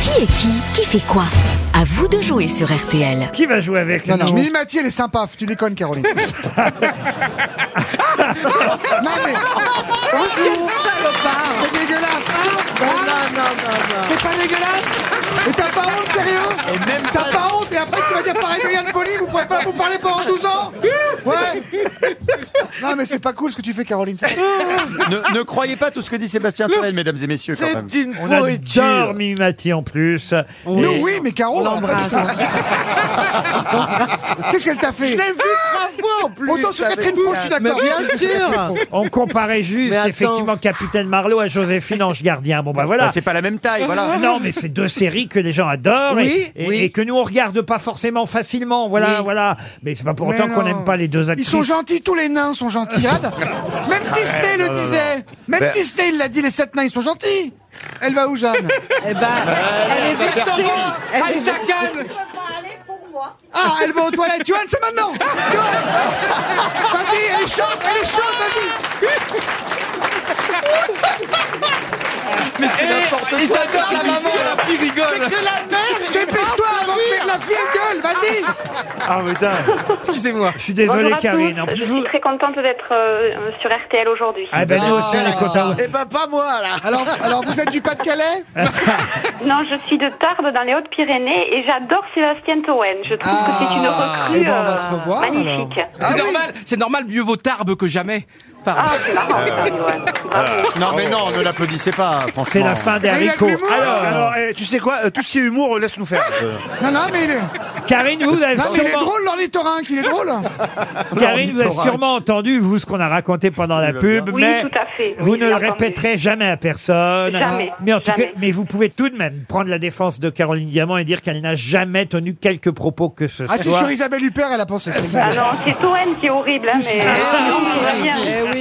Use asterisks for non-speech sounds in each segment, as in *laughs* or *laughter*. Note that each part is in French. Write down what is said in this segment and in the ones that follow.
Qui est qui Qui fait quoi À vous de jouer sur RTL. Qui va jouer avec Non, non, nous Mimi Mathy, elle est sympa, tu déconnes, *laughs* Caroline. non, Oh, mais. C'est dégueulasse! C'est pas dégueulasse! Et t'as pas honte, sérieux? T'as pas honte, et après tu vas dire pareil que Yann Pauline, vous pouvez pas vous parler pendant 12 ans? Ouais! Non, mais c'est pas cool ce que tu fais, Caroline. C'est- ne, ne croyez pas tout ce que dit Sébastien Toen, mesdames et messieurs, quand même. une On adore Mimimati en plus. Nous, Et- oui, mais Caro, on l'a pas fait. Qu'est-ce qu'elle t'a fait? vu trois fois en plus. Autant sur Catherine Fro, je suis d'accord. sûr. On comparait Mais juste attends. effectivement Capitaine Marlowe à Joséphine Ange Gardien. Bon bah Bah, Ah, voilà. c'est pas la même taille, voilà. Non mais c'est deux séries que les gens adorent Oui, et, et- oui. et que nous on regarde pas forcément facilement. Voilà, Oui. voilà. Mais c'est pas pour Mais autant qu'on non. n'aime pas les deux Ils actrices. sont gentils, tous les nains sont gentils. Regarde. Même Ah, Disney le disait. Même Ben- Disney, il l'a dit, les sept nains, ils sont gentils. Elle va où, Jeanne Eh ben, elle est versée. Elle est versée. Ah, elle va aux toilettes. Johan, c'est maintenant. Johan. Vas-y, elle est chaude, elle est chaude, vas-y. Mais c'est n'importe quoi. Eh, la maman, la fille rigole. Que la mère, dépêche-toi avant de faire la vieille gueule, vas-y. Ah putain. Excusez-moi. Je suis désolé Bonjour à Karine. En tous. plus Je vous. suis très contente d'être euh, euh, sur RTL aujourd'hui. Ah ben nous aussi on est contents. Eh ben, pas moi, là. Alors, alors, vous êtes du Pas-de-Calais Non, je suis de Tarbes dans les Hautes-Pyrénées et j'adore Sébastien Toen. Je trouve que c'est une recrue euh, eh ben, on va se revoir, alors. magnifique. C'est normal, c'est normal, mieux vaut tarbe que jamais. Pardon. Ah, c'est marrant, putain, Johan. Bravo. Non mais non, ne l'applaudissez pas, franchement. C'est la fin des Mais il y a de haricots. l'humour. Alors, alors, eh, tu sais quoi, euh, tout ce qui est humour, Oh, euh, laisse-nous faire. Non, non, mais il est, Karine, vous avez non, mais il est sûrement- drôle, l'ornithorynque, il est drôle. Karine, vous avez Littoral. sûrement entendu, vous, ce qu'on a raconté pendant la pub, Oui, mais tout à fait. vous Oui, ne j'ai le entendu. répéterez jamais à personne. Ah, Jamais, Mais en tout jamais. cas, mais vous pouvez tout de même prendre la défense de Caroline Diamant et dire qu'elle n'a jamais tenu quelque propos que ce Ah, si, soit. sur Isabelle Huppert, elle a pensé. c'est *laughs* Ah exact. non, c'est Toen qui est horrible, hein, mais. Ah, bien. Eh oui.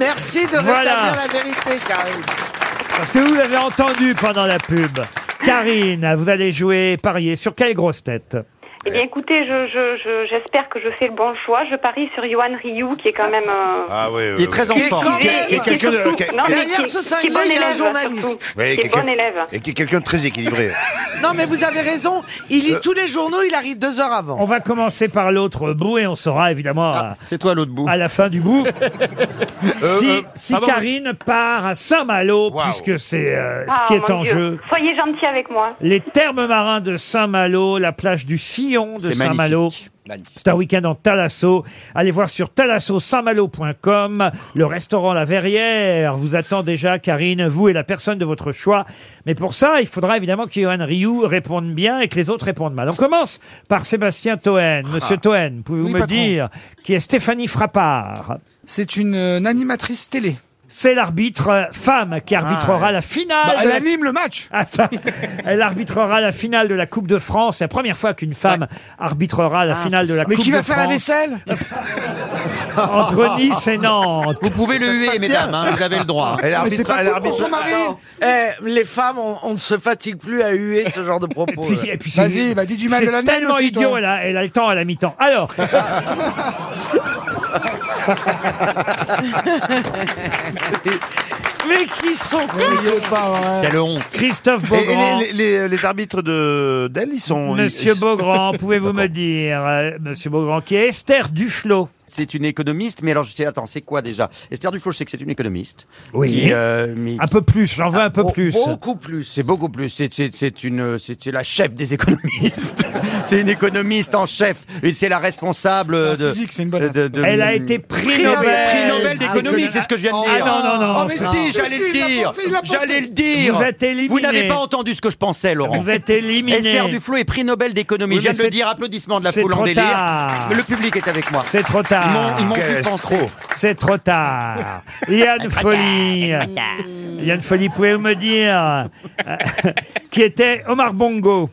Merci de Voilà. rétablir la vérité, Karine. Parce que vous l'avez entendu pendant la pub. Karine, vous allez jouer, parier sur quelle grosse tête Eh bien, écoutez, je, je, je- j'espère que je fais le bon choix. Je parie sur Johan Ryu, qui est quand même. euh, Ah oui, oui, Il est très en Et forme. quand- qui est- et- qui est quelqu'un de- surtout- quel- non, mais derrière qui- ce qui est cinglé, bon il y a un élève, journaliste. surtout. Oui, Qui est quelqu'un- bon élève. Et qui est quelqu'un de très équilibré. Non, mais vous avez raison. Il Euh. lit tous les journaux, il arrive deux heures avant. On va commencer par l'autre bout et on saura évidemment C'est toi l'autre bout. à, à la fin du bout si, euh, si pardon. Karine part à Saint-Malo, Waouh. puisque c'est euh, Ah, ce qui est mon en Dieu. jeu. Soyez gentil avec moi. Les thermes marins de Saint-Malo, la plage du Sillon de C'est Saint-Malo. magnifique. C'est un week-end en Talasso. Allez voir sur talassosaintmalo.com. Le restaurant La Verrière vous attend déjà, Karine, vous et la personne de votre choix. Mais pour ça, il faudra évidemment que Johan Rioux réponde bien et que les autres répondent mal. On commence par Sébastien Toen. Monsieur Ah. Toen, pouvez-vous Oui, me patron. dire qui est Stéphanie Frappard C'est une, euh, une animatrice télé. C'est l'arbitre euh, femme qui arbitrera la finale. Bah, de *laughs* elle la anime le match. Ah, ça. Elle arbitrera la finale de la Coupe de France. C'est la première fois qu'une femme arbitrera la finale de la Ah, Mais Coupe qui de va faire la France vaisselle Ah, Oh, entre Nice et Nantes. Vous pouvez le huer, mesdames, hein, vous avez le droit. Mais Elle c'est arbitre, pas elle cool pour arbitre. son mari. Eh, les femmes, on, on ne se fatigue plus à huer ce genre de propos. Puis- là. et puis c'est- Vas-y, bah dis du mal de la C'est naine tellement aussi, toi. idiot, elle a, elle a le temps à la mi-temps. *laughs* Alors. Mais qui sont C'est pas vrai. Quelle honte. Christophe Et, Beaugrand, les, les- les- les arbitres de d'elle, ils sont. ils- Monsieur *laughs* ils- Beaugrand, pouvez-vous me dire, euh, Monsieur Beaugrand, qui est Esther Duflo C'est une économiste, mais alors je sais, attends, c'est quoi déjà Esther Duflo, je sais que c'est une économiste. Oui. Ah, Qui, euh, mais- Un peu plus, j'en Ah, veux un peu oh, Be- plus. Beaucoup plus. C'est beaucoup plus. C'est- C'est c'est une, c'est c'est la chef des économistes. *laughs* c'est une économiste en chef. Et c'est la responsable de. physique, c'est une bonne de- de- Elle a été prix prix Nobel, prix Nobel. Nobel d'économie. Ah, c'est ce que je viens de Ah dire. non, non, non. Oh, mais c'est- si, j'allais Si, le il l'a dire. pensé, il l'a pensé. J'allez le dire. Vous êtes éliminé. Vous n'avez pas entendu ce que je pensais, Laurent. Vous êtes éliminé. Esther Duflo est prix Nobel d'économie. Oui, je viens mais de c'est- le dire. Applaudissements de la c'est foule en trop délire. tard. Ah, Le public est avec moi. C'est trop Ils tard. m'ont- ils m'ont fait Qu'est-ce penser. trop. C'est trop tard. Yann Folie. *laughs* Yann Folie, pouvez-vous me dire euh, qui était Omar Bongo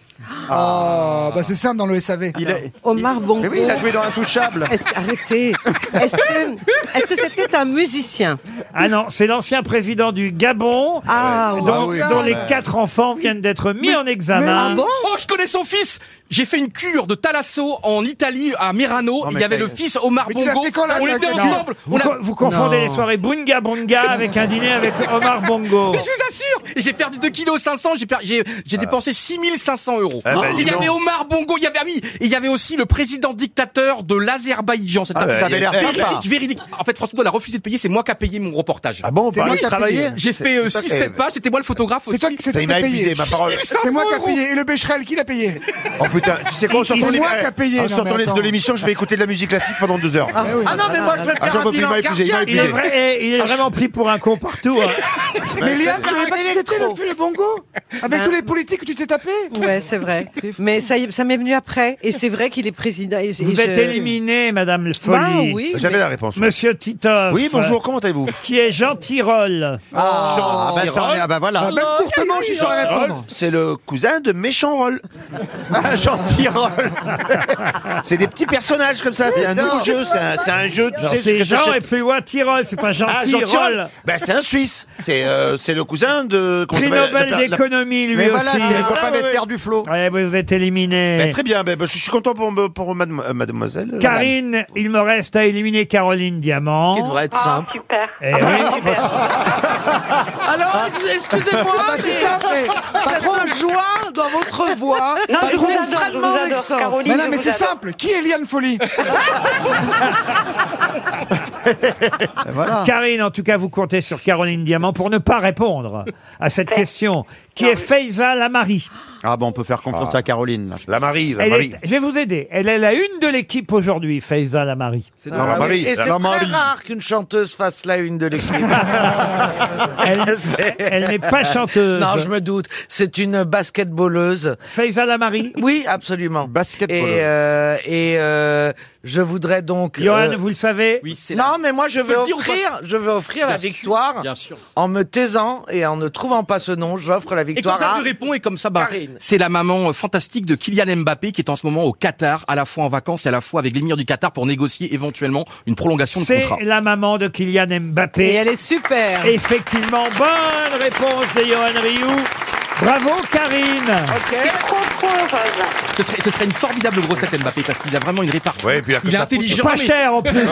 Oh, bah c'est simple dans le SAV. Il a- Omar Bongo. Mais oui, il a joué dans Intouchable. Est-ce arrêtez. Est-ce que est-ce que c'était un musicien Ah non, c'est l'ancien président du Gabon, euh, Ah, dont, ouais. oui, dont quand les même. quatre enfants viennent d'être mis en examen. Ah bon Oh, je connais son fils J'ai fait une cure de thalasso en Italie, à Mirano. Non, Il mais y avait t'as- le fils Omar Mais tu l'as Bongo. fait quand, là, On la- était non. ensemble. Vous, on a- co- vous confondez les soirées Bunga Bunga avec un dîner avec Omar Bongo. Mais je vous assure Et J'ai perdu 2 kilos 500, j'ai per- j'ai j'ai dépensé 6500 euros. Ah, bah, dis il y donc. avait Omar Bongo, il y avait, ah oui, et il y avait aussi le président dictateur de l'Azerbaïdjan. Cette Ah, personne. ça avait l'air Eh, sympa. véridique, véridique. En fait, François Hollande a refusé de payer, c'est moi qui a payé mon reportage. Ah bon, C'est bah, moi il qui a travaillait payé. J'ai fait c'est pas 6 fait. pages, c'était moi le photographe C'est aussi. toi qui c'est toi Il qui m'a as payé. épuisé, ma parole. C'est moi qui a euros. payé. Et le Becherel, qui l'a payé Oh putain, tu sais quoi, en sortant C'est des- moi qui a payé, en non, sortant mais de attends. l'émission, je vais écouter de la musique classique pendant deux heures. Ah oui. Ah non, mais moi, je vais Ah, j'en faire peux un plus, il bilan m'a épuisé, il m'a cardiaque. Il est, vrai- eh, il Ah, est vraiment pris pour un con partout. hein. Mais Léa, tu savais pas révélé qui c'était trop. le le bongo Avec Ben. tous les politiques que tu t'es tapé Ouais, c'est vrai. Mais ça, y- ça m'est venu après, et c'est vrai qu'il est président. et- et Vous je- êtes éliminé, Madame Le Folie. Bah oui. J'avais la réponse. Monsieur Titov. Oui, bonjour, comment allez-vous Qui est Jean Tirole. Ah, bah, ça en est- ah, bah voilà. Même courtement, je suis sur la répondre. C'est le cousin de Méchant Roll. Ah, gentil rôle. *laughs* C'est des petits personnages comme ça, c'est un nouveau jeu, c'est un, c'est un jeu, tu Non, sais, C'est que Jean t'achètes- et plus loin Tirole, c'est pas Jean Ah, Jean Tirole. Tirole Bah, c'est un Suisse. C'est euh, c'est le cousin de. comment Prix s'appelle- Nobel de- de- d'économie, lui Mais voilà, aussi. euh, c'est le Ah, copain ouais, d'Esther Duflo. Ouais, vous êtes Bah, éliminé. très bien, bah, bah, je suis content pour, pour madem- euh, mademoiselle. Karine, il me reste à éliminer Caroline Diamant. Qui devrait être Ah, simple. super. Eh *laughs* oui. Alors, excusez-moi, Bah, c'est mais ça, *laughs* mais. cette joie dans votre voix. Non, je Patron vous adore, je extrêmement vous adore, vexant. Caroline. Mais non, je mais vous c'est adore. simple. Qui est Liane Folie Karine, en tout cas, vous comptez sur Caroline Diamant pour ne pas répondre à cette question, qui est Faiza Lamari. Ah, bah, on peut faire confiance à Caroline. là. La Marie, la Elle Marie. est- je vais vous aider. Elle est la une de l'équipe aujourd'hui, Faiza Lamari. Non, la Ah oui, Marie. Et la c'est très Marie. rare qu'une chanteuse fasse la une de l'équipe. Elle, elle n'est pas chanteuse. non, je me doute. C'est une basketballeuse. Faiza Lamari. Euh, Oui, absolument. Basketballeuse. Et, euh, et euh, je voudrais donc. Johan, euh, vous le savez. Oui, c'est la- non, mais moi je Faut veux le dire ou pas offrir, je veux offrir la Bien sûr, victoire Bien sûr. en me taisant et en ne trouvant pas ce nom, j'offre la Et comme victoire ça, à je réponds, et comme ça, bah, Karine. c'est la maman euh, fantastique de Kylian Mbappé qui est en ce moment au Qatar, à la fois en vacances et à la fois avec l'émir du Qatar pour négocier éventuellement une prolongation de C'est contrat. la maman de Kylian Et Mbappé. elle est super. Effectivement, bonne réponse de Johan Rioux. Bravo, Karine. Ok. Trop, trop heureuse. Ce serait, ce serait une formidable grossette Mbappé parce qu'il a vraiment une répartie. Ouais, et puis la il est cote à intelligent. Pas mais- cher en plus.